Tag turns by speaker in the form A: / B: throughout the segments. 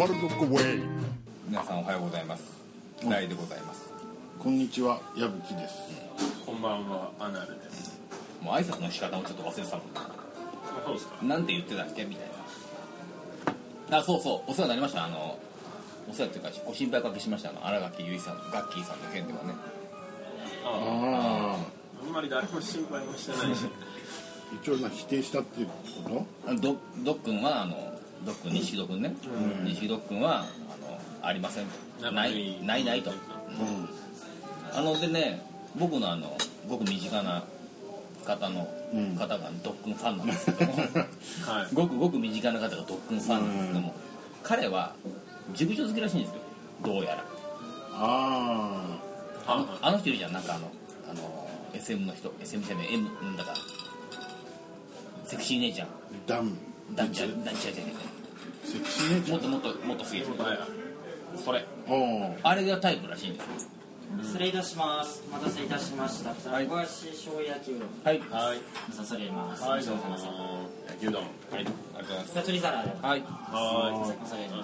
A: away.
B: 皆さんおはようございます大でございます
C: こんにちは、矢吹です。
D: こんばんは、アナルです。
B: もう挨拶の仕方もちょっと忘れてたも
D: あそうですか。
B: んなんて言ってたっけみたいなあそうそうお世話になりましたあのお世話というかご心配おかけしましたあの新垣結衣さんとガッキーさんの件ではね
D: あ
C: ああ、
D: あんまり誰も心配もしてないし。
C: 一応な否定したっていうこ
B: あのドドックンはあのドックン西戸君ね、
C: ん
B: 西戸君はあのありませんとないないないと
C: と？う
B: あのでね僕のあのごく身近な方の
C: うん
B: 方がドックンファンなんです けども、
D: はい。
B: ごくごく身近な方がドックンファンなんですけども、彼は熟女好きらしいんですよどうやら
C: あ
B: あの
D: は
B: あの人いるじゃんなんかあのあの SM の人 SM じゃない M うんだからセクシー姉ちゃん
C: あ、ダン。
B: ダンちゃ
C: セ
B: んダンちゃんじゃね
C: クシーね
B: え
C: ち
B: も
C: ゃ
B: っ
C: ん。
B: ともっともっとすげえ人
D: はい。
B: それ
C: おお。
B: あれがタイプらしいんですよ
E: 失礼いたします。お待たせいたしました。
B: い
E: 小林醤油焼きうどん。
B: はい
D: はい。
E: さそります。
D: はい、どうも
E: ます。。
D: 野球丼。
B: はいありがとうございます
E: さつり皿で。
B: はい
D: は
E: お皿
D: い。
E: で。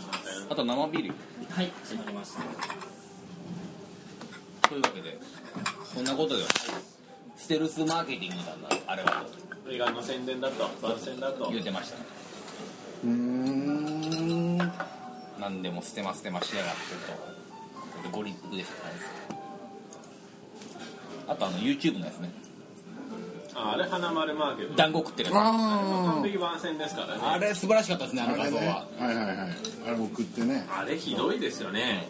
B: あと生ビール
E: はい、閉まりました。
B: というわけでそんなことではステルスマーケティングだなあれはと
D: 映画の宣伝だと、番宣だと。
B: 言ってましたね
C: うーん。
B: 何でも捨てま捨てましやがってとご立腹でしたねあとあの YouTube のやつね
D: あ、あれ花丸マーケット。
B: 団子食ってるや
D: 完
C: あ
D: 璧番宣ですから
B: つあ
D: ね。
B: れ素晴らしかったですね
C: あ。
B: あ
C: あ
B: の
C: れ
B: 画像
C: ね。
B: は
C: はいはいはい。あれ送ってね。
D: あれひどいですよね。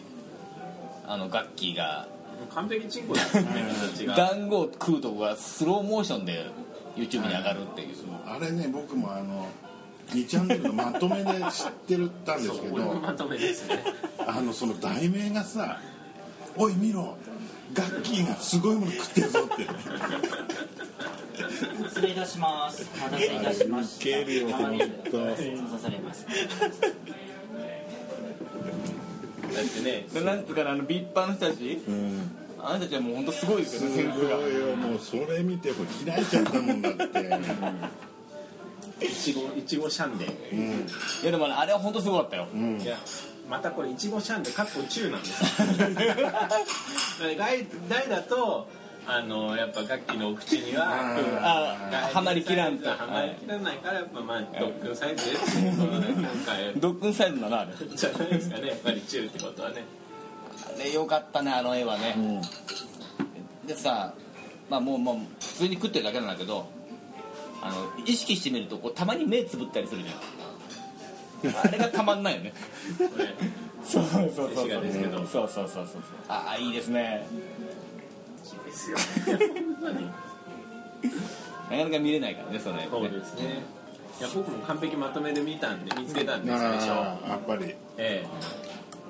B: あのガッキーが
D: 完璧チンコです よね、形が。
B: 団子を食うとこがスローモーションで YouTube に上がるっていう
C: あれね、僕もあの。2チャンネルのまとめで知ってるったんで
D: そ
C: すけ
D: う、これも
C: ど
D: まとめ ですね。
C: あのその題名がさ「おい見ろガッキーがすごいもの食ってるぞ」って
E: 失礼いたします。お待たせいたしまし
C: ウ
E: た。
C: ケるよ
E: 生ビール
C: ほんと
E: ですさそります。
D: だってね、
B: なんつうかなあのビッパーの人たち
C: うん
B: あの人たちはもう本当すごいです
C: ごいよもうそれ見てこれ開いちゃったもんだって
D: いちご、いちごシャンデン。
C: うん
B: いやでもあれは本当すごかったよ
C: うん
D: いやまたこれいちごシャンでカッコ中なんですよ大大だとあのやっぱ楽器のお口には
C: うん
B: あはまりきらんと
D: はまりきらないからやっぱまあドッグサイズでっていうことで今回
B: ドックンサイズだなあれ
D: じゃないですかねやっぱり中ってことはね
B: あれよかったねあの絵はね、
C: うん
B: でさまあもうもう普通に食ってるだけなんだけどあの意識してみるとこうたまに目つぶったりするじゃんあれがたまんないよね
D: これ
B: そうそうそうそう
D: 静かですけど
B: そうそうそうそうああいいですね
D: ですよね本当に
B: なかなか見れないからねそれ
D: そうですねいや僕も完璧まとめで見たんで見つけたんで
C: な
D: す最初
C: あやっぱり
D: え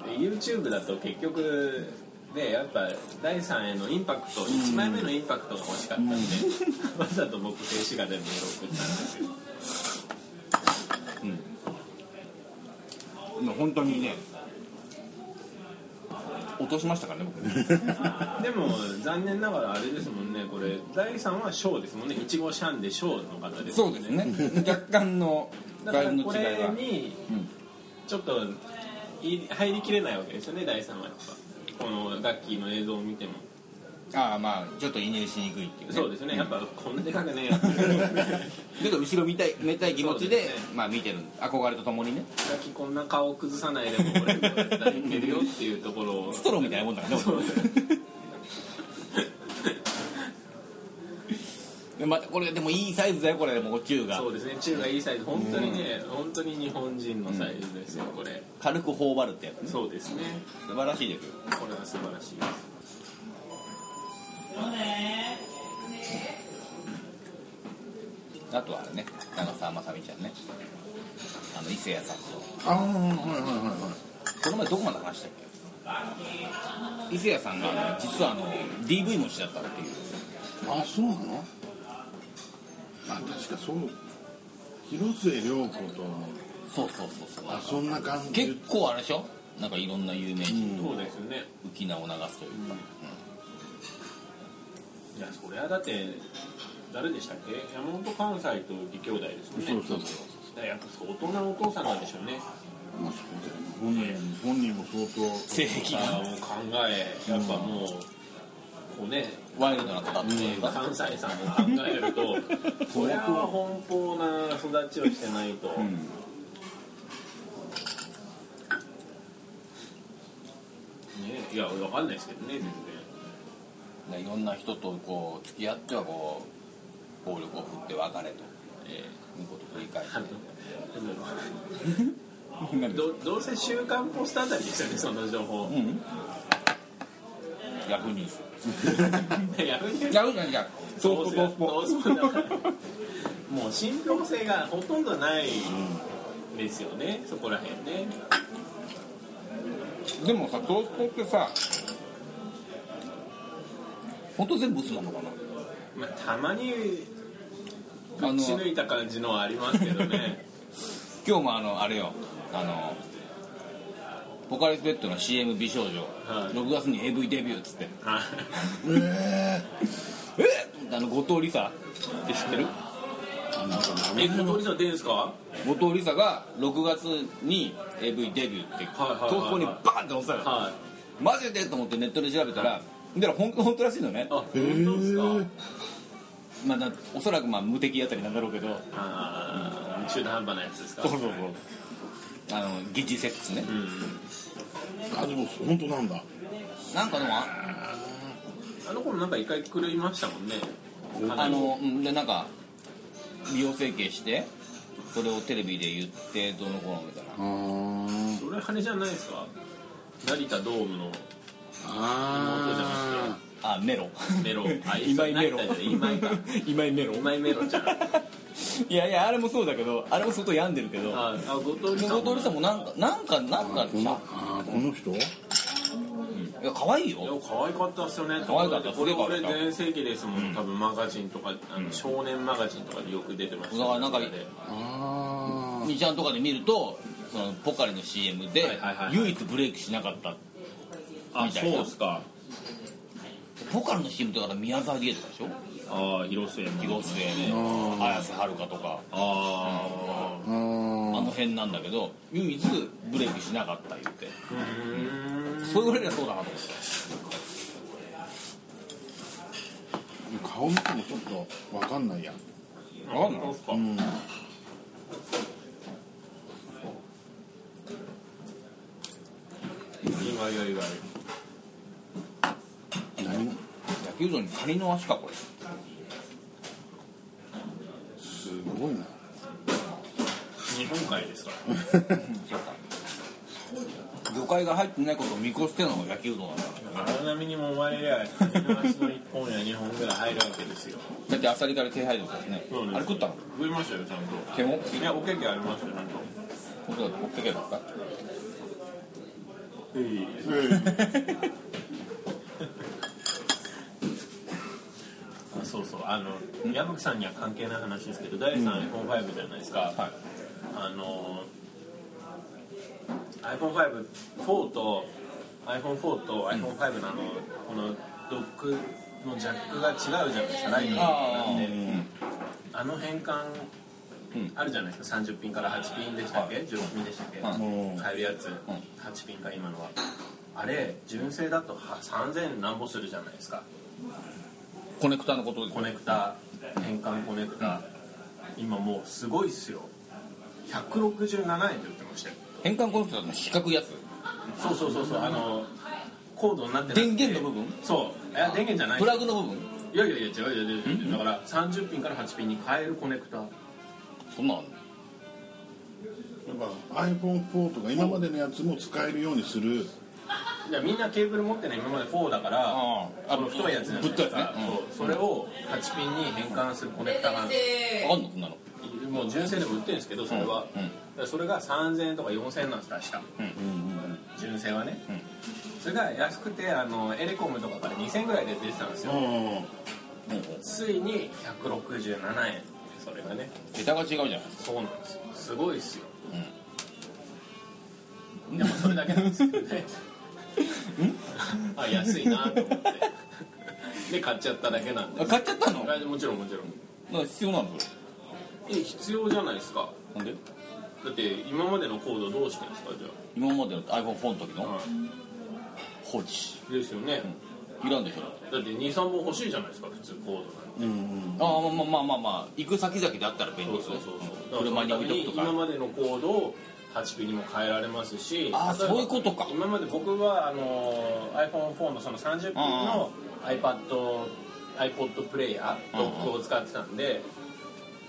D: え、YouTube だと結局ねやっぱ第3へのインパクト1枚目のインパクトが欲しかったんで、 わざと僕静止画でも送ったんですけど
B: もう本当にね落としましたからね僕
D: でも残念ながらあれですもんねこれ第3はショーですもんねいちごシャンでショーの方です
B: そう
D: も
B: んですね若干の
D: だか
B: 外
D: ら
B: 部の
D: こ
B: 違い
D: れ
B: は
D: に
B: うん
D: ちょっとい入りきれないわけですよね第3はやっぱこの楽器の映像を見ても
B: ああまあちょっと移入しにくいっていうね
D: そうですねやっぱこんなでかくねえな
B: ちょっと後ろ見たい見たい気持ちで
D: そうですね
B: まあ見てる憧れとともにね
D: さっきこんな顔崩さないでも俺も絶対いけるよっていうところを
B: ストローみたいなもんだからね
D: そう
B: でまたこれでもいいサイズだよこれでもお中が
D: そうですね中がいいサイズ本当にね本当に日本人のサイズですよこれ
B: 軽く頬張るってやつね
D: そうですね
B: 素晴らしいですよ
D: これは素晴らしいです
B: あとはあれね長澤まさみちゃんねあの伊勢谷さんと
C: ああはいはいはいはい
B: この前どこまで話したっけ伊勢谷さんがあの実はあの DV 持ちだったっていう
C: あそうなのあ確かそう広末涼子と
B: そうそうそう
C: あ
B: そ
C: そ
B: う
C: んな感じ
B: 結構あれでしょなんかいろんな有名人
D: そうですよね
B: 浮き名を流すというか、
D: いやそれはだって誰でしたっけ山本関西と義兄弟ですよね
C: そうそうそう
D: だからやっぱ相当なお父さんなんでしょうね
C: まあそうだよね本人本人も相当
B: 性癖
D: あ
B: が
D: あもう考えやっぱもう、こうね
B: ワイルドな方っていうか、
D: 関西さんも考えるとそりゃあ奔放な育ちをしてないと、
B: うん
D: ねいやわかんないですけどね全然
B: いろんな人とこう付き合ってはこう暴力を振って別れと、えー、いうことを繰り返して
D: どどうせ「週刊ポスト」あたりですよねその情報、
B: うんヤフーニュースヤ
D: やる
B: フーニュースじゃないソースポースポ
D: どうせどうせだからもう信憑性がほとんどないですよねそこら辺ね
B: でもさトースポってさ本当全部嘘なのかな
D: まあ、たまに
B: あ
D: 隠
B: の
D: し抜いた感じのはありますけどね
B: 今日もあのあれよあのポカリスペットの CM 美少女、
D: はい
B: 6月に AV デビューっつって
D: あ
C: え
B: えっあの後藤理沙って知ってる
C: えー、なんかダ
D: え
C: メ
D: っ小鳥さん出るんですか
B: 後藤理沙が6月に AV デビューって
D: はいはいはいはい
B: トースポにバーンって載せたの
D: はい
B: マジでと思ってネットで調べたらだから本本当らしいのね
D: あ、本
C: え
D: 当ですか、
C: ー、
B: まあなおそらくまあ無敵あたりなんだろうけど
D: あー中途半端なやつですか
B: そうそうそうあの疑似セックスね
D: うん
C: あでも本当なんだ
B: なんかでもあ
D: あの子もなんか一回狂いましたもんね
B: あのうんでなんか美容整形してそれをテレビで言ってどうのこうのみたいな
C: あー
D: それ羽じゃないですか成田ドームの
C: あ
B: あメロ
D: メ ロあ
B: 今井メロ
D: 成田じゃない今井か
B: 今井メロ
D: お前メロちゃんあ
B: いやいやあれもそうだけどあれも相当病んでるけど
D: あ後藤
B: で
D: さん
B: 後藤さんもなんかなんかなんか
C: ーこの
B: さ
C: あーこの人
B: いや可愛い
D: いや
B: よ
D: 可愛かったっすよね
B: 可愛かった
D: これ俺
B: すごい可愛かった
D: 全盛期ですもん多分マガジンとかあ
B: うん
D: の少年マガジンとかでよく出てました
B: だからなんか
D: で
C: あー
B: みちゃんとかで見るとそのポカリの CM で
D: はいはいはいはい
B: 唯一ブレイクしなかった
D: あ
B: みた
D: そう
B: いな
D: っすか
B: ポカリの CM だから宮沢りえとかでしょ
D: ああ広末も
B: 広末ね
C: うん
B: 綾瀬はるかとか
D: あ
C: あ
B: あの
C: ー
B: 辺なんだけど唯一ブレイクしなかった言って
D: あうん
B: それぐらいがそうだなと思って
C: 顔見てもちょっとわかんないや
B: わかんない
D: そうっすか
C: うん
D: 意外意外
C: 何
B: 野球道に仮の足かこれ
C: すごい な
D: 日本海ですから
B: 魚介が入ってないことを見越しての野球道なんだか
D: 荒波にも生まれりゃ東の1本や2本ぐらい入るわけですよ
B: らだってアサリから手配力ですね
D: そうです
B: あれ食ったの
D: 食いましたよちゃんと
B: 手も
D: いやおケーキありましたよちゃんと
B: 本当だ持ってけばよかった
D: あそうそうあの矢吹さんには関係ない話ですけど第3 iPhone5 じゃないですか、
B: はい
D: あの iPhone54 と iPhone4 と iPhone5 のあの、このドックのジャックが違うじゃないですかライトニングなんで、あの変換
B: うん
D: あるじゃないですか30ピンから8ピンでしたっけ、16ピンでしたっけ、
B: はい
C: うん
D: 買えるやつ、8ピンか今のはあれ純正だとは3000何ぼするじゃないですか
B: コネクタのことで
D: コネクタ変換コネクタ、今もうすごいっすよ167円で売ってましたよ
B: 変換コネクタの四角いやつ
D: そうそうそうそうあのコードになってなくて
B: 電源の部分
D: そういや電源じゃない
B: プラグの部分
D: いやいやいや違う違う違う違うだから30ピンから8ピンに変えるコネクタ
B: そんなのあんの
C: やっぱ iPhone4 とか今までのやつも使えるようにする
D: いやみんなケーブル持ってない今まで4だから
B: あああ
D: あの太いやつじゃない
B: ぶっといやつね
D: そうそれを8ピンに変換するコネクタが
B: あんのそんなの
D: もう純正でも売ってるんですけどそれは、
B: うんうん
D: だからそれが3000円とか4000円なんです確か、純正はね、
B: うん
D: それが安くてあのエレコムとかから2000円ぐらいで出てたんですよ、
C: あ
D: ついに167円それがね
B: 桁が違うじゃない
D: そうなんですよすごいっすよ、
B: うん
D: でもそれだけなんですけどねあ安いなと思ってで買っちゃっただけなんで
B: あ買っちゃったの
D: あもちろんもちろん
B: なんか必要なのそ
D: え必要じゃないですか
B: れなんで
D: だって今までのコードどうしてんですかじゃ
B: 今までの iPhone4 の時
D: あ、は
B: の放置
D: い、ですよね、
B: いらんでしょ
D: だって23本欲しいじゃないですか普通コードなんて
C: うん
B: ああまあまあまあまあ行く先々であったら便利
D: そう
B: です
D: そう
B: ね
D: そう
B: うん
D: そうだ
B: 車に
D: から
B: 置いとくとか
D: 今までのコードを8ピにも変えられますし
B: あー
D: 例え
B: そ
D: ば
B: ういうことか
D: 今まで僕はあのー iPhone4 のその30ピンの iPad iPod プレイヤードックを使ってたんで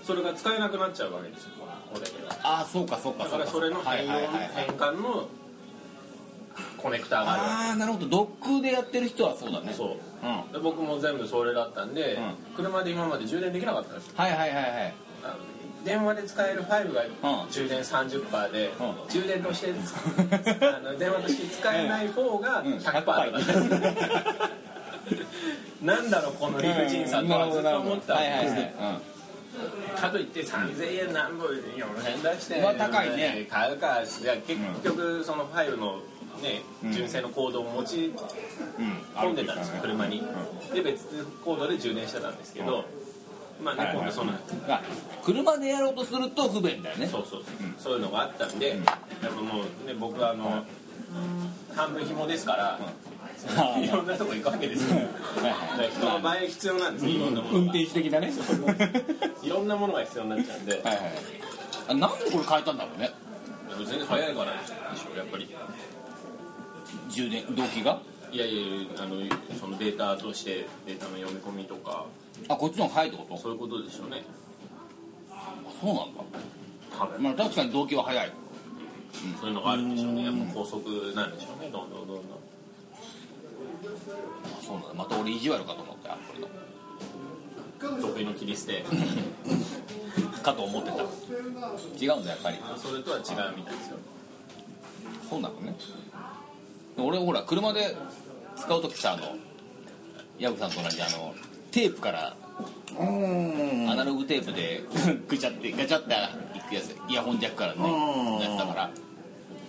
D: それが使えなくなっちゃうわけですよこれでは
B: ああそうかそうか
D: だ
B: そ
D: か
B: うから
D: それの
B: は
D: 変
B: い
D: 容
B: はいはいは
D: 変
B: い
D: 換のコネクターがあるわ
B: ああなるほどドックでやってる人はそうだ
D: け
B: ね
D: そう
B: うんはい
D: で僕も全部それだったんで
B: う
D: 車で今まで充電できなかったんですよ
B: はいはいはい
D: あの電話で使える5が
B: うん
D: 充電30%で、
B: う
D: 充電として あの電話として使えない方が
B: うん
D: 100%だ、 なんだろうこの理不尽さとはずっと思ってたん
B: はいはい
D: で
B: は
D: す
B: い
D: かといって3000円何本4円出して
B: うわ高いね
D: 買うかいや結局その5のね
B: うん
D: 純正のコードを持ち
B: うんうん
D: 込んでたんですよ車にで別コードで充電してたんですけどまあね今度その
B: あ車でやろうとすると不便だよね
D: そうそうそう、
B: うん
D: そういうのがあったんで、
B: ん
D: やっぱもうね僕はあの、半分紐ですから、
B: あー
D: いろんなとこ行くわけですよ、
B: はい
D: だから人の場合必要なんですよ、いろんなも
B: 運
D: のが
B: 転手的だね
D: いろんなものが必要になっちゃうんで
B: はいはいあなんでこれ変えたんだろうね
D: 全然早いからでしょやっぱり
B: 充電動機が
D: いやいやあのそのデータとしてデータの読み込みとか
B: あこっちの方が早いってこと
D: そういうことでしょうね
B: そうなんだ、
D: 多分、
B: まあ、確かに動機は早い
D: そういうのがあるんでしょうねやっぱ高速なんでしょうねどんどんどんどん
B: そうなんだまた俺意地悪かと思ったよこれの
D: 得意の切り捨て
B: かと思ってた違うんだやっぱり
D: それとは違うみたいですよ
B: そうなのね俺ほら車で使う時さあの矢吹さんと同じあのテープから
C: うん
B: アナログテープで ぐちゃってガチャっていくやつイヤホンジャックから
C: う
B: ね
C: ん
B: やつだから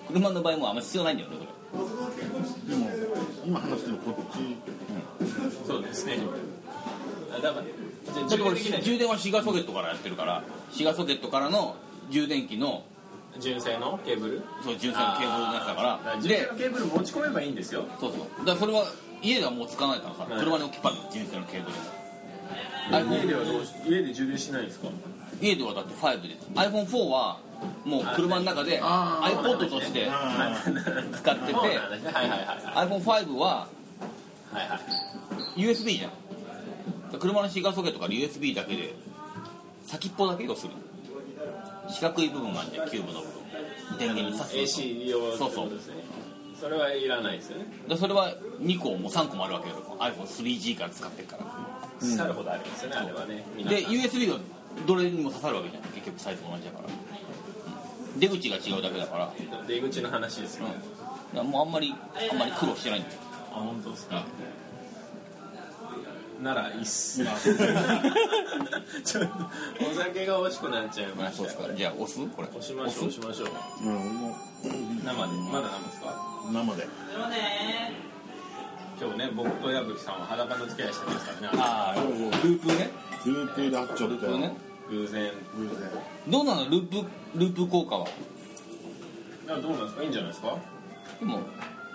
B: 車の場合もあんま必要ないんだよねこ
C: でも今話してるこっち
D: そうですね。あだから、じゃ
B: れ
D: あ
B: だって
D: 充電
B: 俺
D: できない
B: 充電はシガソケットからやってるからシガソケットからの充電器の
D: 純正のケーブル
B: そう純正のケーブルのやつだから
D: 純正
B: で
D: のケーブル持ち込めばいいんですよ。
B: そうそうだからそれは家ではもう使わないからさ、
D: はい
B: 車に置きっぱなし人生のケーブル
D: 家ではどうし家で充電しないんですか
B: 家ではだって5です iPhone4 はもう車の中で
C: あー
B: iPod として 使ってて
D: そうなんですねはいはいはいは。
B: iPhone5 はい
D: はいはい
B: USB じゃんだから車のシガーソケットから USB だけで先っぽだけをする四角い部分があってキューブの部分電源に挿す
D: AC 用
B: そうそう
D: ってことですね。それはいらないですよね。
B: でそれは2個も3個もあるわけよ iPhone3G から使ってるから
D: さるほどありますよね、あれはね。皆
B: で
D: さん
B: USB がどれにも刺さるわけじゃん結局サイズも同じだから、出口が違うだけだから,、うん、
D: 出口の話ですよ
B: だ
D: ね。
B: からもうあんまりあんまり苦労してないんだよ
D: あ、本当ですか。ならいいっす。
B: あ
D: ちょっとお酒が欲しくなっちゃいま
B: あ
D: し
B: そう
D: た
B: です。かじゃあ押すこれ
D: 押しましょう、押しましょう。
C: うんも
D: 生で、まだ生ですか。
C: う生で
D: 今日ね僕と矢吹さんは裸の付き合いしてますからね
B: ああループね
C: ループで会っちゃ
B: ル
C: った
B: ープ
C: よ
B: ね
D: 偶然
C: 偶然
B: どうなのループループ効果は
D: あどうなんですかいいんじゃないですか
B: でも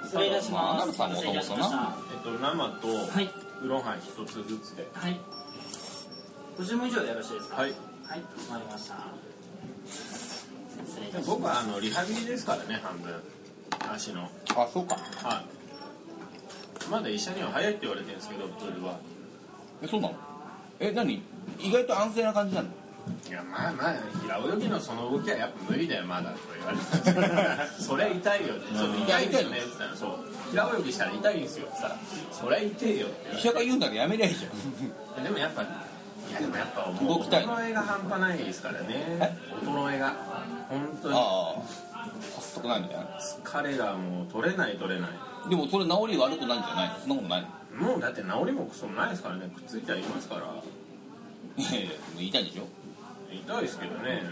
E: 失礼いたしま
B: あなた
E: す。
B: さんもともとな
D: えっと生と
E: はい。
D: ウロンハイ一つずつで
E: はい。ご注文以上でよろしいですか。
D: はい
E: はい。かしこまりました。失礼
D: で
E: いた
D: も
E: します。
D: 僕はあのリハビリですからね半分足の
B: あそうか
D: はいまだ医者には早いって言われてるんですけどプールは
B: えそうなのえ何意外と安静な感じなの
D: いやまあまあ平泳ぎのその動きはやっぱ無理だよまだと言わ れてたんですけどそれは痛いよねそれ痛いですよねって言ったらそう平泳ぎしたら痛いんですよって言ったらそれは痛いよって言われて
B: 医者が言うならやめりゃいいじゃん
D: でもやっぱいやでもやっぱ
B: 動きたい
D: 衰えが半端ないですからね衰えが本当に
B: ああ発足ないみたいな
D: 疲れがもう取れない取れない
B: でもそれ治り悪くないんじゃないのそんなことないの
D: もうだって治りもクソもないですからねくっついてはいますから
B: いやいや言いたいんでしょ
D: 痛いですけどね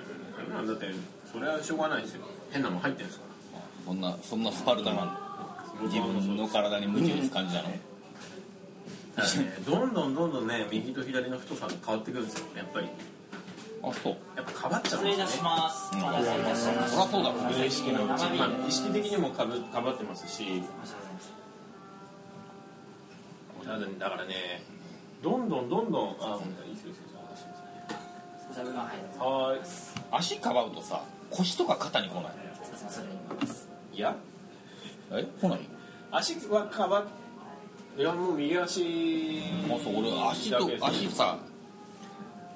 D: そんなんだってそれはしょうがないですよ変なもん入ってるんですか
B: そんなそんなスパルタな
D: ら
B: 自分の体に夢中打つ感じなの
D: だからねどんどんどんどんね右と左の太さが変わってくるんですよやっぱり
B: あそう
D: やっぱかばっちゃうん
E: 失礼い
D: で
E: た
D: す
E: し
D: ね
E: ます。お待たせいたしまし
B: そりゃそうだろう
E: た。
D: 無意識のうち、
E: 生ビール
D: まあ、意識的にもかぶかばってますしだだからねどんどんどんどんあいいですよいいですよ私ですね
E: おしゃべりが入る。
D: は
B: 足かばうとさ腰とか肩に来ない
E: すいませんそれに行きます。
D: ーいいや
B: え来ない
D: 足はかばいやもう右足
B: もうそう俺足
D: だ
B: と
D: けです
B: 足さ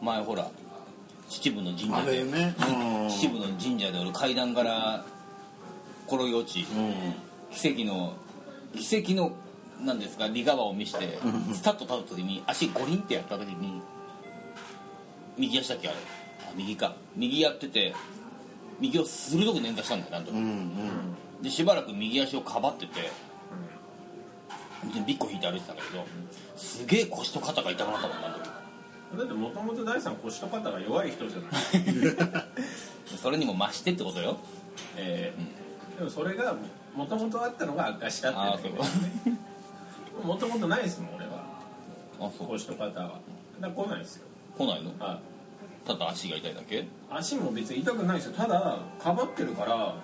B: 前ほら秩父の神
C: あ
B: 社
C: れ
B: で
C: ね
B: 秩父の神社で俺階段から転げ落ち
C: うん、うん、
B: 奇跡の奇跡のなんですか利川を見してスタッと立った時に足ゴリンってやった時に右足だっけあれあ右か右やってて右を鋭く捻挫したんだよなんとか
C: うんうん
B: でしばらく右足をかばっててでビッコ引いて歩いてたんだけどすげえ腰と肩が痛くなったもんなんとか
D: だってもともと第三腰と肩が弱い人じ ゃない、
B: それにも増してってことよ
D: えーでもそれがもともとあったのが悪化したっていうだけですね もともとないですもん俺は
B: あそう
D: 腰と肩はだから来ないですよ
B: 来ないの
D: はい
B: ただ足が痛いだけ
D: 足も別に痛くないですよただかばってるからも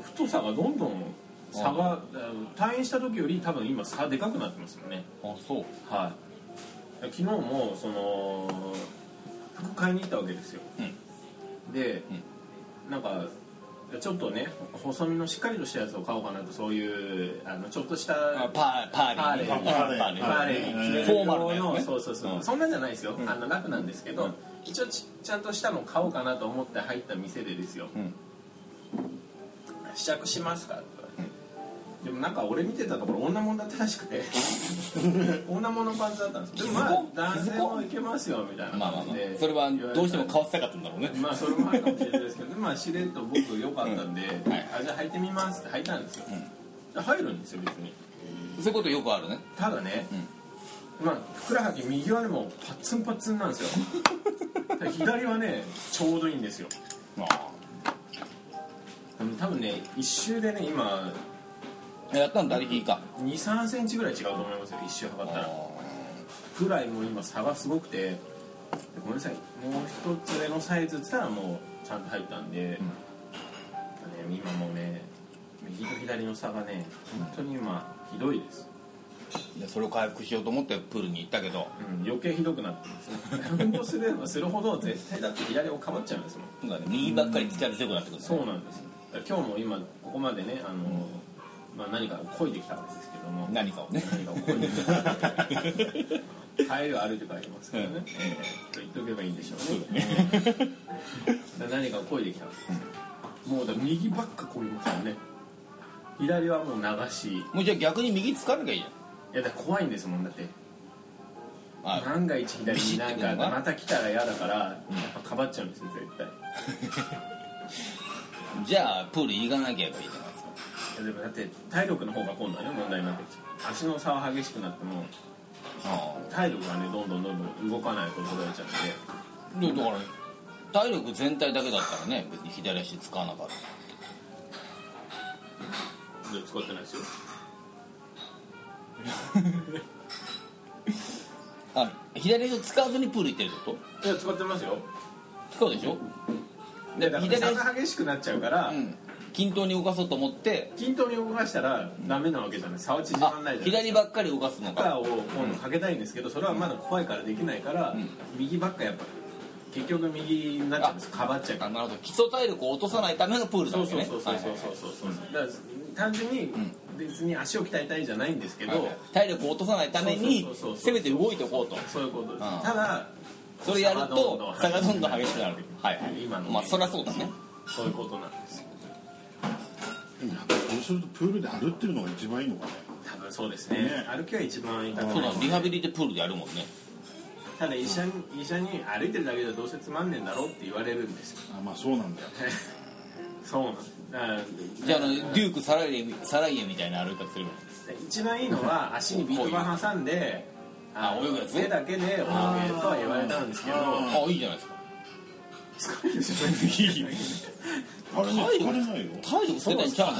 D: う太さがどんどん差が退院した時より多分今差でかくなってますよね
B: あそう
D: はい昨日もその服買いに行ったわけですよ、で、なんかちょっとね細身のしっかりとしたやつを買おうかなとそういうあのちょっとした
B: あパーパーリー
D: パーリー
B: パーリー
D: バーレー
B: フォーマルなや
D: の
B: つね
D: そうそうそう、
B: うん
D: そんなんじゃないですよ、あの楽なんですけど、
B: うん
D: 一応ちちゃんとしたの買おうかなと思って入った店でですよ、
B: うん
D: 試着しますか?」って言われて、でもなんか俺見てたところ女物だったらし くて女物パンツだったんですよでもまあ
B: 気づこ
D: 男性
B: 気づこ
D: もいけますよみたいな
B: まあまあ
D: 感
B: ま
D: じ
B: あ
D: で、
B: それはどうしても
D: 言われたんで
B: 買わせたかったんだろうね
D: まあそれもあるかもしれないですけど、まあしれっと僕良かったんで、
B: んはい
D: あじゃあ履いてみますって履いたんですよ、で入るんですよ別に
B: そういうことよくあるね
D: ただね、まあふくらはぎ右はでもパッツンパッツンなんですよ で左はねちょうどいいんですよ
B: あ
D: あの多分ね一周でね今
B: あやったの打撃か
D: 2 3センチぐらい違うと思いますよ一周測ったらぐらいもう今差がすごくてごめんなさいもう一つ上のサイズっつったらもうちゃんと入ったんで、やっぱね、今もうね右と左の差がね本当に今ひどいです、
B: いやそれを回復しようと思ってプールに行ったけど
D: うん、余計ひどくなって ます運動すればするほど絶対だって左をかばっちゃうんですもん
B: なんかね右ばっかり使い強くなってくるね
D: そうなんですよだから今日も今ここまでねあの、まあ、何かをこいできたわけですけども
B: 何かをね
D: 何かをこいできた帰りは歩いて帰りますからね、
B: うん
D: と言っとけばいいんでしょうねだから何かをこいできたわけです、もうだから右ばっかこいますよね左はもう流しい
B: もうじゃあ逆に右使わなきゃいいじ
D: やだから怖いんですもんだって
B: ゃんあ
D: 万が一左になん
B: ビシッてく
D: か
B: るのが
D: また来たら嫌だからやっぱかばっちゃうんですよ絶対
B: じゃあプール行かなきゃいいじゃないですか
D: いやでもだって体力の方が今度はね問題になってきちゃう足の差は激しくなっても
B: あ
D: 体力がねどんどんどんどん動かないと衰えちゃっ
B: あでだから体力全体だけだったらね別に左足使わなかった
D: て使ってないですよ
B: あ左足を使わずにプール行ってるってこ
D: いや使ってますよ
B: とそうでしょ
D: でだから
B: 左
D: 差
B: 足
D: が激しくなっちゃうから、
B: うん均等に動かそうと思って
D: 均等に動かしたらダメなわけじゃない差は縮ま
B: あ
D: らないじゃない
B: 左ばっかり動かすの
D: 負荷
B: か
D: を今度かけたいんですけどそれはまだ怖いからできないから、右ばっかやっぱ結局右になっちゃうんですかばっちゃうから
B: あなるほど基礎体力を落とさないためのプールな
D: そ
B: わ
D: う
B: け
D: そう
B: ね
D: そうそうそうそうそうそう、だから単純に別に足を鍛えたいじゃないんですけど、
B: はいはいはい体力を落とさないために
D: そうそうそうそう
B: せめて動いておこうと
D: そういうことです、
B: うん
D: ただ
B: それやると差がどんどん
D: 激
B: 激
D: し
B: し
D: く
B: く
D: な
B: な
D: る
B: るはいはい
D: 今のね
B: まあそりゃそうだね
D: そういうことなんですよ
C: でもやっぱそうするとプールで歩ってるのが一番いいのかね
D: 多分そうですね
C: ね
D: 歩きは一番痛く
B: そう
D: な
B: だ
D: い
B: リハビリでプールでやるもんね
D: ただ医者に医者に歩いてるだけじゃどうせつまんねえんだろうって言われるんですよ
C: あまあそうなんだよ
D: そうなんですだか
B: じ
D: ら
B: ゃああのデュークサライエサライエみたいな歩き方するもん
D: 一番いいのは足にビート板挟んで
B: あ泳ぐやつ
D: 手だけで泳げとは言われたんですけど
C: あ
B: あいいじゃないですか
D: 疲れるじゃないですか
C: あれね
B: 体力
C: 疲れないよ
B: 体力捨てたんちゃうの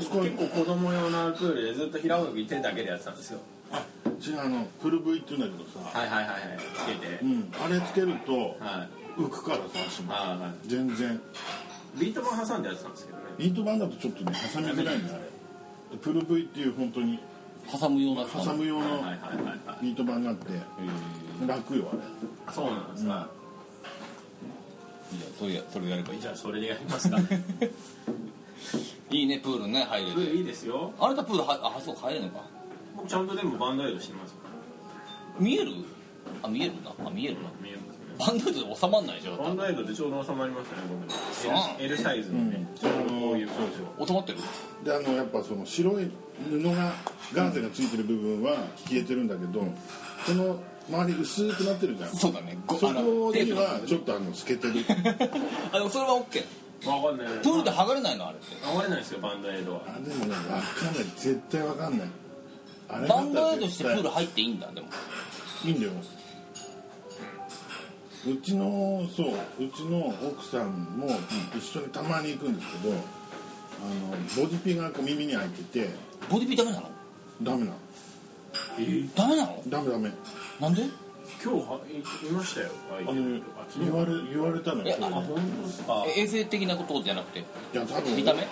D: 今日結構子供用のプールでずっと平泳ぎ手だけでやってたんですよ
C: あちのあのプル V って言うんだけどさ、
D: はいはいはいはいつけて
C: うん、あれつけると
D: は
C: 浮くからさ足
D: い
C: も
D: は
C: 全然
D: いビート板挟んでやってたんですけどね
C: リート版だとちょっとね挟みづらいんだあれプル V っていう本当に
B: 挟むような
C: 挟む用
D: はい
C: の
D: はいはいはいはい
C: リート版があって楽よあれ
D: そうなんです
C: うん
D: か
B: いやそれやそれやればいいじ
D: じ
B: ゃ
D: ゃあそれでやります か
B: んいいねプールね入れ
D: 上
B: て
D: いいですよ
B: あれだプールはあそう入れるのか
D: 僕ちゃんとでもバンドエイドしてますから
B: 見えるあ見えるなあ見えるな
D: 見えますね
B: バンドエイドで収まんないでしょ
D: バンドエイドでちょうど収まりますね
B: そう
D: 僕 L, L サイズのね、
C: うん
D: ちょうどこういう感じの
B: 収まってる
C: であのやっぱその白い布がガーゼがついてる部分は消えてるんだけどその周り薄くなってるじゃんそ
B: そうだねご
C: こ
B: あのテー
C: に
B: プ
C: はちょっとあの透けてる
B: あでもそれは OK
D: わかんない
B: プールで剥がれないのあれって
D: 流れないですよバンドエイドは
C: あでもね分かんない絶対分かんないあれだ
B: バ
C: っ
B: ン
C: た
B: ド
C: ら
B: エイドし
C: 絶
B: てプ
C: 対
B: ール入っていいんだでも
C: いいんだようちのそううちの奥さんも一緒にたまに行くんですけどあのボディピンがこう耳に開いてて
B: ボディビダメなの
C: ダメなの
D: えー
B: ダメなの
C: ダメダメ
B: なんで
D: 今日はいいましたよあい
C: あの
D: 昨日
C: 言われ言われたの
B: い
C: よ
B: や
C: それ
D: あ
C: ね
D: 本当ですか
B: え衛生的なことじゃなくて
C: いや多分
B: 見た目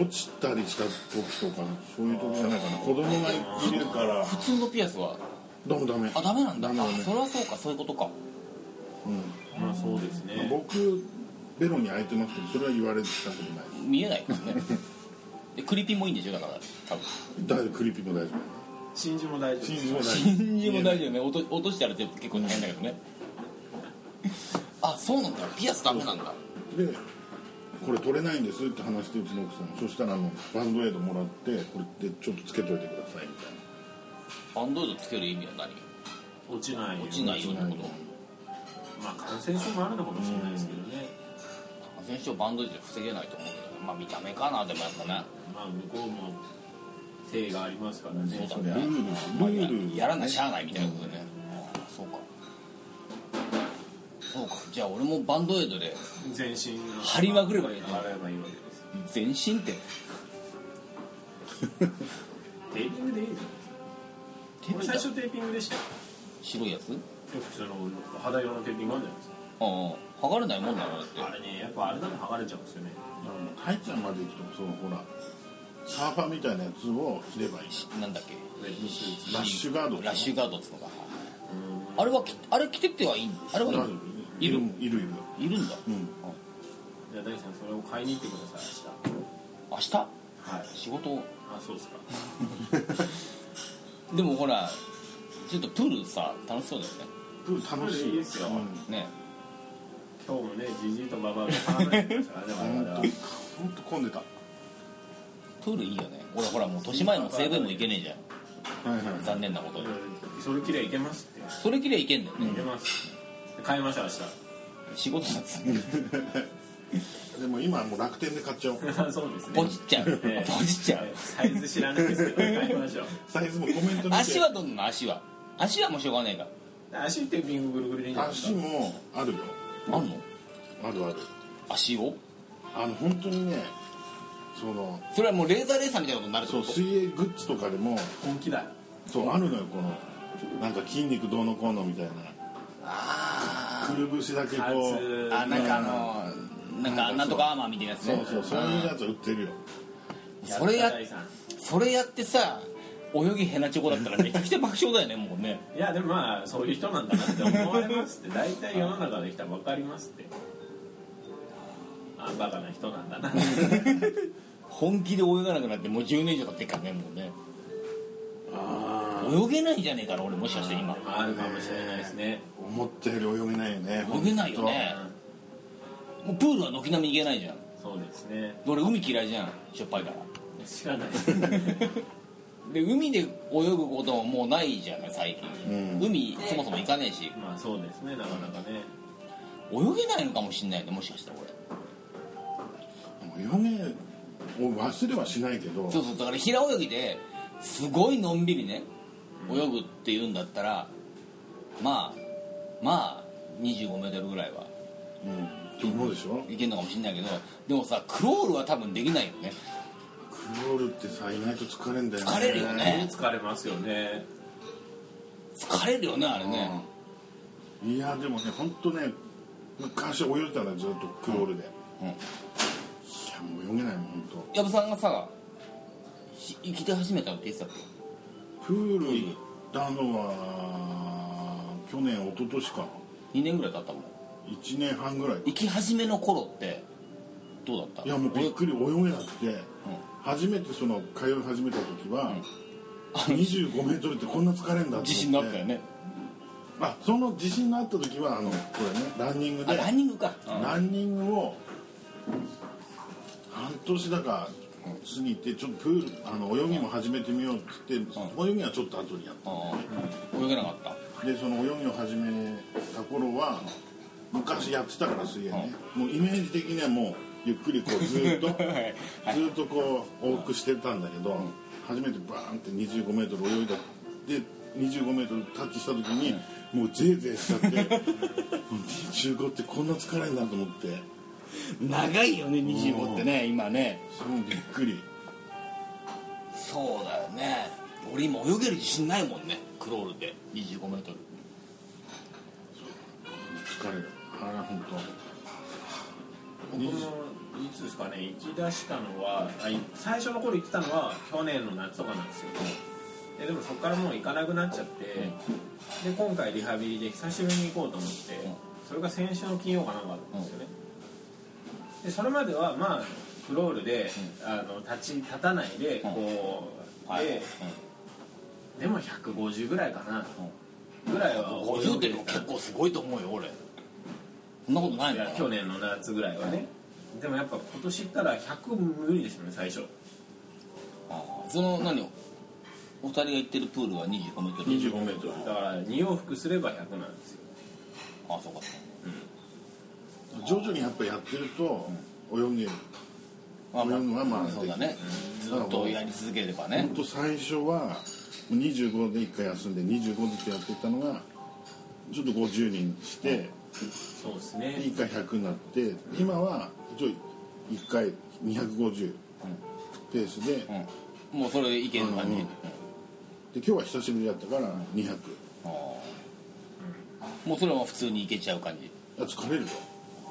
C: 落ちたりした時とかそういう時じゃないかな子供がいるから
B: 普通のピアスは
C: ダメダメ
B: あダメなんだ
C: ダメダメ
B: あそれはそうかそういうことか
C: うん
D: まあそうですね
C: 僕ベロに開いてますけどそれは言われたことない
B: 見えないからねでクリピンもいいんでしょだから多分
C: 大丈夫クリピも大丈
D: 真珠も大丈夫
C: 夫真珠も大丈夫
B: 真珠も大丈夫ね落と落としてやるって結構大変だけどねあそうなんだピアスダメなんだ
C: でこれ取れないんですって話してうちの奥さんそしたらあのバンドエイドもらってこれでちょっとつけといてくださいみたいな
B: バンドエイドつける意味は何
D: 落ちない
B: 落ちないようなこと
D: まあ感染症もあるのかもしれないですけどね、
B: 感染症バンドエイドで防げないと思うけどまあ見た目かなでもやっぱね
D: まあ向こうも性がありますからね
B: そう
C: ル
B: だね
C: ールルール、
B: やらないしゃあないみたいなことでねああそうかそうかじゃあ俺もバンドエイドで
D: 全身の
B: 張りまくればいい
D: 張ればいいわけです
B: 全身って
D: テーピングでいいじゃないですか
B: 手
D: 俺
B: 首
D: 最
B: だ
D: 初テーピングでしたよ
B: 白いやつ
D: 普通の肌用のテーピングあるじゃないですか
B: ああ剥がれないもんなのだって
D: あれねやっぱあれだと剥がれちゃうんですよね
C: タイちゃんまで行くとそのほらサーファーみたいなやつを着ればいいし
B: なんだっけ
D: レッドスーツ
C: ラッシュガード
B: ラッシュガードっつうのかあれはきあれ着てってはいいんあれはい
C: 大
B: い
C: 丈夫
B: の
C: い
B: いる
C: るいるいる
B: いるんだ
C: うん
D: じゃあ大地さんそれを買いに行ってください
B: 明日
D: 明日はい
B: 仕事
D: あそうですか
B: でもほらちょっとプールさ楽しそうだよ
C: プール楽しい
D: いいですよ
C: うん
B: ねね
D: 今日もねじじいとばばあが話してましたからね我
C: 本
D: 々
C: 当
D: は
C: 本当混んでたは
B: プールいいよね俺ほらもう年前も西武も行けねえじゃ
C: いはい
B: ん残念なことに
D: うんそれきれいいけますって
B: それきりゃいけんだよ
D: い
B: ね
D: けます買いましょう
B: 仕事なんですね
C: でも今はもう楽天で買っちゃおう
D: 明日 そうですね
B: ポチっちゃう
D: ええ
B: ポチっちゃう
D: サイズ知らないですけど買いましょう
C: サイズもコメント見て
B: 足はどんなの足は足はもうしょうがねえか
D: 足テーピングぐるぐるでいいんじゃないです
C: 足
D: か
C: もあるよ
B: あんの
C: あるある
B: 足を
C: あの本当にねその
B: それはもうレーザーレーサーみたいなことになるって
C: そ
B: こ
C: う
B: と
C: 水泳グッズとかでも
D: 本気だ
C: そうあるのよこのなんか筋肉どうのこうのみたいな
B: あ
C: くるぶしだけこう
B: ーあなんかあのなんかなんとかアーマーみたいなやつ
C: そ
B: ね
C: うそうそういうやつ売ってるよ
B: それや
D: 大地さん
B: それやってさ泳ぎヘナチョコだったらめちゃくちゃ爆笑だよねもうね
D: いやでもまあそういう人なんだなって思われますって大体世の中できたら分かりますってあバカな人なんだな
B: 本気で泳がなくなってもう10年以上経ってっからねもうね
C: あ
B: 泳げないんじゃねえかな俺もしかして今
D: あるかもしれないですね
C: あ思ったより泳げないよね
B: 泳げないよねもうプールは軒並み行けないじゃん
D: そうですね
B: 俺海嫌いじゃんしょっぱいから
D: 知らない
B: で海で泳ぐことももうないじゃない最近、
C: うん
B: 海そもそも行かねえし
D: まあそうですねなかなかね
B: 泳げないのかもしんないねもしかしたら俺
C: 本当泳げを忘れはしないけど
B: そうそうだから平泳ぎですごいのんびりね泳ぐっていうんだったらまあまあ2 5メートルぐらいは
C: うん昨日でしょ
B: いけるのかもしんないけどでもさクロールは多分できないよね
C: クロールってさ意外と疲れんだよね
B: 疲れるよね
D: 疲れますよね
B: 疲れるよねあれね
C: いやでもね本当ね昔泳いでたらずっとクロールで、
B: うん
C: いやもう泳げないもん本
B: 矢部さんがさひ生きて始めたのって言ってたっけ
C: 当。プール行ったのは去年一昨年か
B: 2年ぐらい経ったもん
C: 1年半ぐらい
B: 生き始めの頃ってどうだった
C: いやもうびっくり泳げなくて、初めてその通い始めた時は、25メ ートルってこんな疲れんだと思って
B: 自信なったよね
C: あその自信のあった時はあのこれねランニング
B: あ
C: で
B: ランニングか、
C: ランニングを半年だか過ぎてちょっとプールあの泳ぎも始めてみようって言って、泳ぎはちょっと後にやっ
B: うん、泳げなかった
C: たでその泳ぎを始めた頃は昔やってたから水泳ね、もうイメージ的にはもうゆっくりこうずー っと
B: はい
C: ずーっとこう往復してたんだけど、初めてバーンって2 5メートル泳いだで2 5メートルタッチした時に、もうゼーゼーしちゃって 25ってこんな疲れになると思って。
B: 長いよね25ってね今ね
C: すごいびっくり
B: そうだよね俺今泳げる自信ないもんねクロールで2 5メートル
C: 疲れるあれ本
D: 僕もいつですかね行き出したのはあい最初の頃行ってたのは去年の夏とかなんですよででもそこからもう行かなくなっちゃって、で今回リハビリで久しぶりに行こうと思って、
B: ん
D: それが先週の金曜かなんかだったんですよね、でそれまではまあクロールで、あの立ち立たないで
B: ん
D: こう、
B: はい、
D: ででも150ぐらいかな、ぐらいは
B: うん、50ってでも結構すごいと思うよ俺そんなことない
D: い
B: の
D: や
B: かな
D: 去年の夏ぐらいはねでもやっぱ今年行ったら100無理ですよね最初
B: あーその何お二人が行ってるプールは2 5メートル
C: 25メートル
D: だから2往復すれば100なんですよ
B: あそうか
C: 当徐々にやっぱやってると泳げる
B: まあまあ
C: 泳ぐのはまあ
B: そうだねずっとやり続ければね
C: 本当最初は25で1回休んで25ずつやってたのがちょっと50人して
D: そうですね
C: 1回100になって今は一応1回250ペースでで
B: うんもうそれいける感じ、
C: うんうん
B: うん
C: 今日は久しぶりだったから200
B: あーもうそれは普通にいけちゃう感じ
C: あ疲れるよ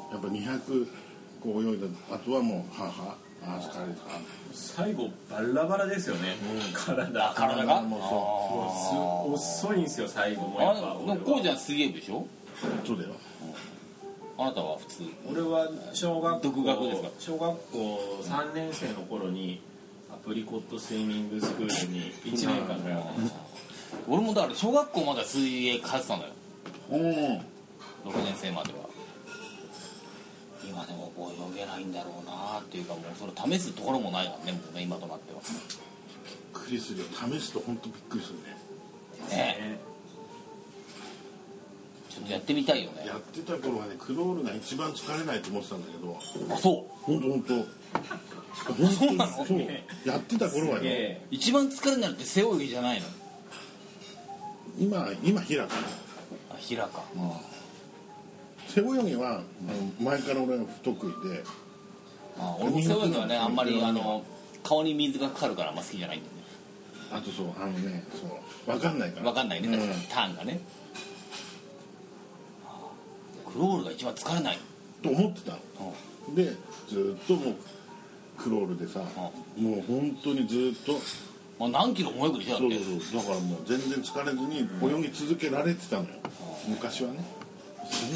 C: やっぱ200こう泳いだあとはもうはあはああー疲れた
D: 最後バラバラですよね、体
B: 体が
C: もう
D: もうす遅いんですよ最後も
B: あ
D: や
B: あ
D: っ
B: で
D: ぱ
B: も
D: 俺
B: こうじ
D: は
B: ゃん水泳部でしょ
C: そうだよ
B: あなたは普通
D: 俺は小学校
B: 独学ですか
D: 小学校3年生の頃にアプリコットスイミングスクールに1年間ぐらいは
B: 俺もだから小学校までは水泳通ってたのよ
C: うん
B: 6年生までは今でもこう泳げないんだろうなっていうかもうそれ試すところもないわねもうね今となっては
C: びっくりするよ試すと本当びっくりするね
B: ねちょっとやってみたいよね
C: やってた頃はねクロールが一番疲れないと思ってたんだけど
B: あそ
C: 本当本当
B: そうなの
C: そうやってた頃はね
D: で
B: う一番疲れになるって背泳ぎじゃないの
C: 今今平かな
B: あ平か
C: 背泳ぎは、あの前から俺が不得意で
B: あ俺も背泳ぎはねあんまりあの顔に水がかかるからあんま好きじゃないんだよね
C: あとそうあのねそう分かんないから
B: 分かんないね、確か
C: う
B: にターンがねクロールが一番疲れない
C: んと思ってたのでずっともうクロールでさもう本当にずっと
B: まあ、何キロも泳ぐでしょだ
C: そ
B: っ
C: う
B: て
C: そうそうだからもう全然疲れずに泳ぎ続けられてたのよ、昔はね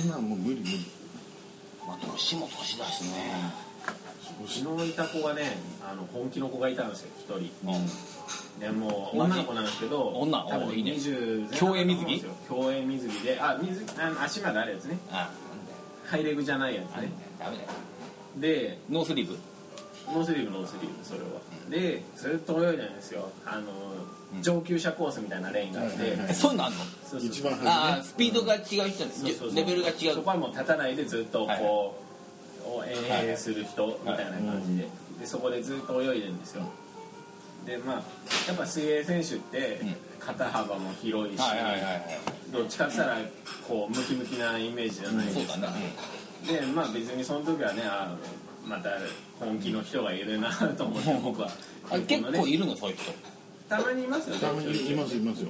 C: そんなんもう無理無理
B: まあ、年も年だしね
D: 昨日いた子がねあの本気の子がいたんですよ1人でもう
B: 同じ
D: 女の子なんですけど
B: 女
D: 多分
B: おーいいね
D: 20
B: 競泳水着
D: 競泳水着であ水あの足まであるやつね
B: あ
D: ハイレグじゃないやつ
B: あ
D: ね
B: ダメだよ
D: で
B: ノースリーブ
D: ノースリーブノースリーブそれはでずっと泳いでるんですよあの上級者コースみたいなレーンがあって
C: はいはいはい
B: えそういうのあんの
D: そうそう
C: 一番初め
B: ああスピードが違う人
D: そうそうそう
B: レベルが違
D: そうこはもう立たないでずっと
B: はい
D: こう、おえー、する人みたいな感じで,、でそこでずっと泳いでるんですよでまあやっぱ水泳選手って
B: うん
D: 肩幅も広いし、
B: はいはいはいはい
D: どっちかって言ったらこうムキムキなイメージじゃないです
B: そう
D: か、
B: だね
D: でまあ別にその時はねあまた本気の人がいるなと思って僕は
B: あ結
D: この
B: 構
D: ね
B: いるのそういう人
D: たまにいますよね
C: たまにいますいますよ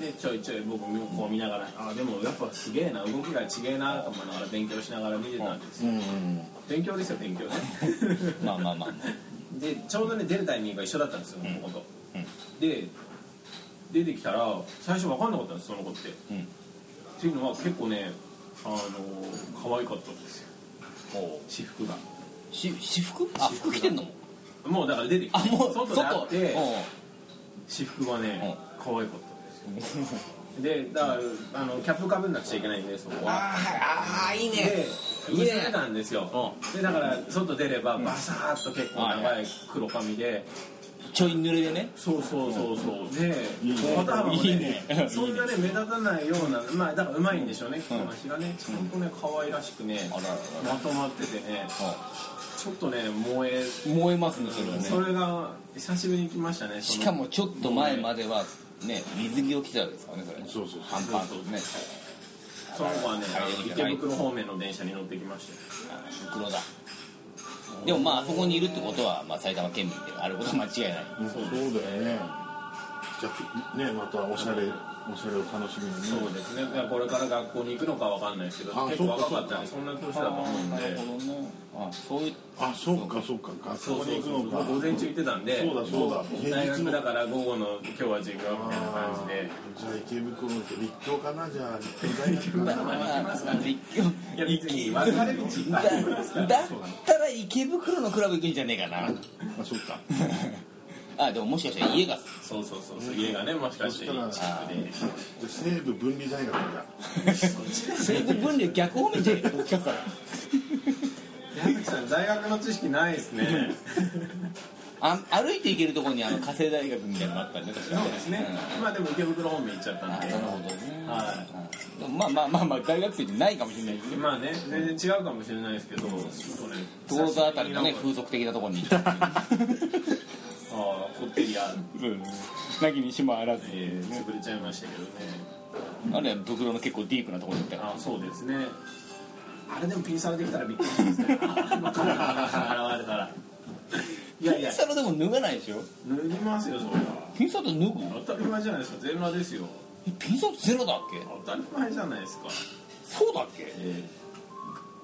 D: でちょいちょい僕もこう見ながらあでもやっぱすげえな動きが違えなと思いながら勉強しながら見てたんですよ
C: うん
D: 勉強ですよ勉強ね
B: まあまあまあま
D: でちょうどね出るタイミングが一緒だったんですよこの子と、で出てきたら最初分かんなかったんですその子って、
B: うん
D: っていうのは結構ねあの可愛かったんですよ私服が
B: あし私服あ服着てんの
D: もうだから出てきて
B: あもう
D: 外であ
B: 外
D: って
B: うん
D: 私服がね可愛 かったんですよでだからあのキャップかぶんなくちゃいけないんでそこは
B: ああいい
D: で
B: いいね
D: 薄なんですよでだから外出ればバサーっと結構長い黒髪で
B: ちょい濡れでね
D: そうそうそうそうで
C: いいね
D: 肩幅も
B: いい
D: ね
B: ね
D: そんなね目立たないようなまあだからうまいんでしょうね着こなしがねちゃんとね可愛らしくね
B: あらあら
D: まとまっててねちょっとね萌え
B: 燃えますねそれは
D: そ
B: ね
D: れが久しぶりに来ましたねそ
B: し
D: の
B: かもちょっと前まではね水着を着てたわけですからねそれね
C: そうそうそう
B: 半パンとね
D: その子はねあの
B: 帰れ
D: 池
B: る
D: 袋方面の電車に乗ってきましたよ
B: あー黒だでもまああそこにいるってことは、まあ、埼玉県民であることは間違いない
C: うんそうだよねじゃあねまたおしゃれおしゃれを楽しみにね
D: そうですねだからこれから学校に行くのかわかんないですけど
C: あ
D: 結構若
C: そ
D: か
C: っ
D: っ
C: か
D: たんでそんな年だと思うんで
B: ねあそういう
C: あそうかそうか学
D: そう
C: 校
D: そう
C: に
D: そう
C: 行くのか
D: 午前中行ってたんで
C: そうだそうだ
D: 大
C: 平日
D: 学
C: の
D: だから午後の今日は授業みたいな感じで
C: じゃあ池袋って立教かなじ ゃあ立教大学か
B: ま
C: な
B: あまあまあ
D: いや別に分かれ道いっぱいありますか
B: だ
D: ら
B: だったら池袋のクラブ行くんじゃねえかな
C: あそっか
B: あでももしかしたら家が
D: そうそうそうそう家がねもしかして
C: そした
D: 近くで
C: じゃあ西部分離大学だ
B: 西部分離逆方面じゃねえかどっちかっつったら
D: 矢吹さん大学の知識ないですね
B: あ歩いて行けるところにあの加勢大学みたいなのあったんで確か
D: そうですね まあでも池袋方面行っちゃった
B: あ
D: ん
B: な
D: で
B: るほどね、
D: はい
B: い、でもまあまあまあまあ大学生じゃないかもしれないですね
D: まあね、全然違うかもしれないですけど、ちょっとね、
B: 所沢あたりのね
D: 久しぶ
B: 風俗的なところ に行ったっていう
D: りのああ、こってりや、
B: そうねなきにしもあらず
D: えー、潰れちゃいましたけどね。
B: あれ袋の結構ディープなところに行ったから
D: ああ、そうですね。あれでもピンサロできたらびっくりしますね。ああカメラが現れたら。いやいや、
B: ピンサロでも脱がないでしょ
D: 脱ぎますよ、それは。
B: ピンサロ脱ぐ
D: 当たり前じゃないですか、全裸ですよ。
B: えピンサロゼロだっけ
D: 当たり前じゃないですか。
B: そうだっけ
D: え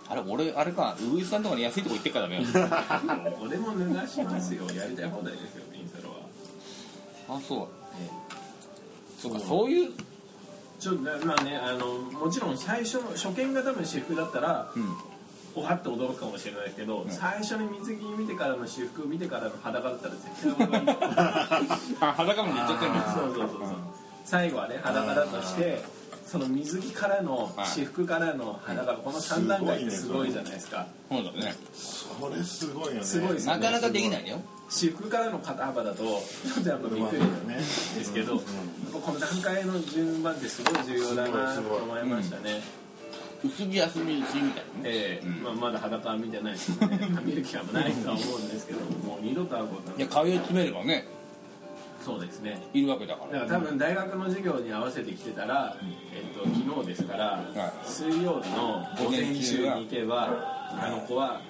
B: あれ俺あれかウグイスさんとかに安いとこ行ってっからだ ね
D: ー、どこでも脱がしますよ。やりたい放題ですよ、ピンサロは。
B: あそう
D: えー
B: そうかそういう
D: ちょっとねまあねあのもちろん最初の初見が多分私服だったら、
B: ん
D: おはって驚くかもしれないけど、最初に水着見てからの私服見てからの裸だったら絶対驚く
B: あ裸まで行っちゃってるんです
D: そうそうそうそう最後はね裸だとしてその水着からの
B: はい
D: 私服からの裸この3段階ってすごいじゃないですか
B: そうだね
C: それすごいよね
D: すごいです
B: なかなかできないよ
D: 私服からの肩幅だとちょっとやっぱびっ
C: まあ
D: くり
C: ね
D: ですけど、やっぱこの段階の順番ってすごい重要だなと思いましたね、
B: 薄着安着薄着みたいなね
D: ええまあ、まだ裸は見てないですけどね 見る気はないとは思うんですけどもう二度と会うことはい
B: や通
D: ない
B: い詰めればね
D: そうですね
B: いるわけだか
D: だからら多分大学の授業に合わせてきてたら、えっと、昨日ですから、
B: い
D: 水曜日の午前中に行けばあの子は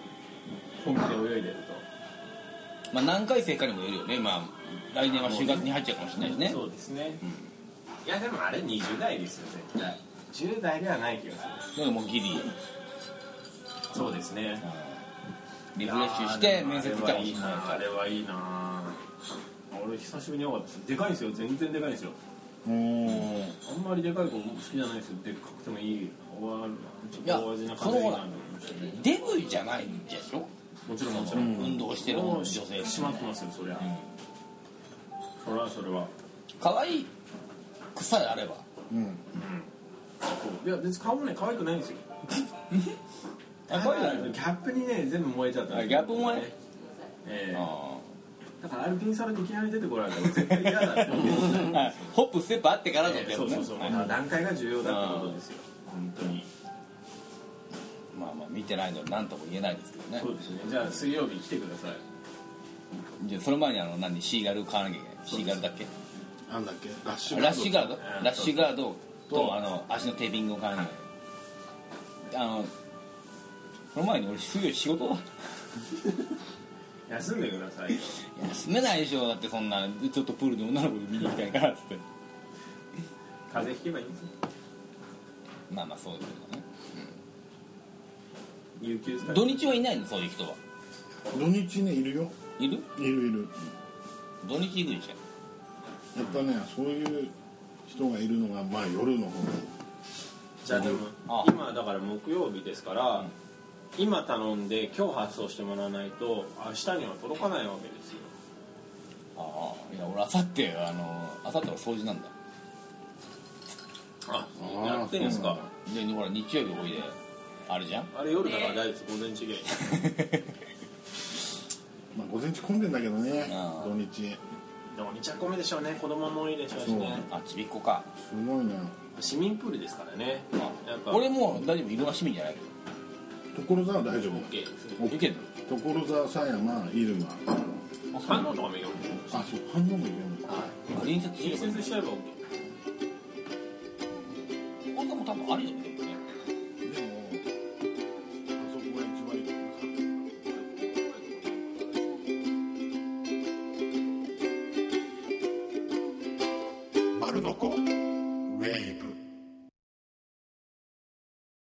D: 本気で泳いでる
B: まあ何回生かにもよるよねまあ来年は就活に入っちゃうかもしれないし
D: と、
B: ね
D: そうですね、いやでもあれ20代ですよ絶対10代ではない気がす
B: でももうギリ
D: るそうですね
B: リフレッシュして面接行ったかもし
D: い
B: れ
D: や
B: ない
D: ーあれはいいなあれはいいな俺久しぶりに会かったですでかいんですよ全然でかいんですよ
B: うん
D: あんまりでかい子好きじゃないですよでっかくてもいいおわちょっ
B: いや
D: と大味な感じがいいなと思いましたね
B: デブじゃないんでしょ
D: もちろんもちろん、
B: 運動してる女性
D: もうしまってますよそりゃ、それはそれは
B: 可愛いくさえあれば
C: うん
D: そういや別に顔もね可愛くないんですよ
B: あ可愛くない
D: だからギャップにね全部燃えちゃったんですよ
B: あギャップ萌え
D: ええ
B: あ
D: だからアルピンサロでいきなり出てこられたら絶対嫌だって思うんですよ
B: ー はいホップステップあってからの
D: ええ
B: デ
D: そ
B: ブ
D: う
B: ね
D: そうそう、
B: はい
D: だから段階が重要だってことですよ本当に
B: まあまあ見てないので何とも言えないですけどね
D: そうですねじゃあ水曜日来てください
B: じゃあその前にあの何シーガル買わなきゃいけないシーガルだっけ
C: なんだっけラッシュガード
B: ラッシュガード
D: うん
B: ラッシュガードと
C: と
B: あの足のテーピングを買わなきゃいけないあのその前に俺水曜仕事だ
D: 休んでくださいよ
B: 休めないでしょだってそんなちょっとプールで女の子で見に行きたいからっつって
D: 風邪ひけばいいんですよ
B: まあまあそういうことね
D: 有給使
B: 土日はいないのそういう人は
C: 土日ねいるよ
B: いる
C: いるいる
B: 土日行くでしょ
C: やっぱねそういう人がいるのがまあ夜の方
D: じゃあでも
B: あ
D: 今だから木曜日ですから今頼んで今日発送してもらわないと明日には届かないわけですよ
B: ああいや俺あさってあのあさっては掃除なんだ
D: あ
C: あー
D: やってんです
C: そう
D: か
C: なんだ
B: でほら日曜日おいであれじ ゃん
D: あれ夜だから大豆午前中で
C: まあ午前中混んでんだけどね
B: あー
C: 土日
D: でも2着目でしょうね子供も多いでしょうしね
B: あちびっこか
C: すごいね
D: 市民プールですからねやっぱ
B: 俺もう大丈夫色が趣味じゃない
C: 所沢大丈
D: OK ですね
C: お
B: いける
C: 夫所沢狭山入間
D: 反応とかもいいよ
C: あそう反応もいるのか
B: 隣接
D: 隣
B: してる
D: 接しちゃえば OK
B: ここでも多分あるよねでもね
C: でもあそこが一番いいと思う
A: 丸のこウェーブ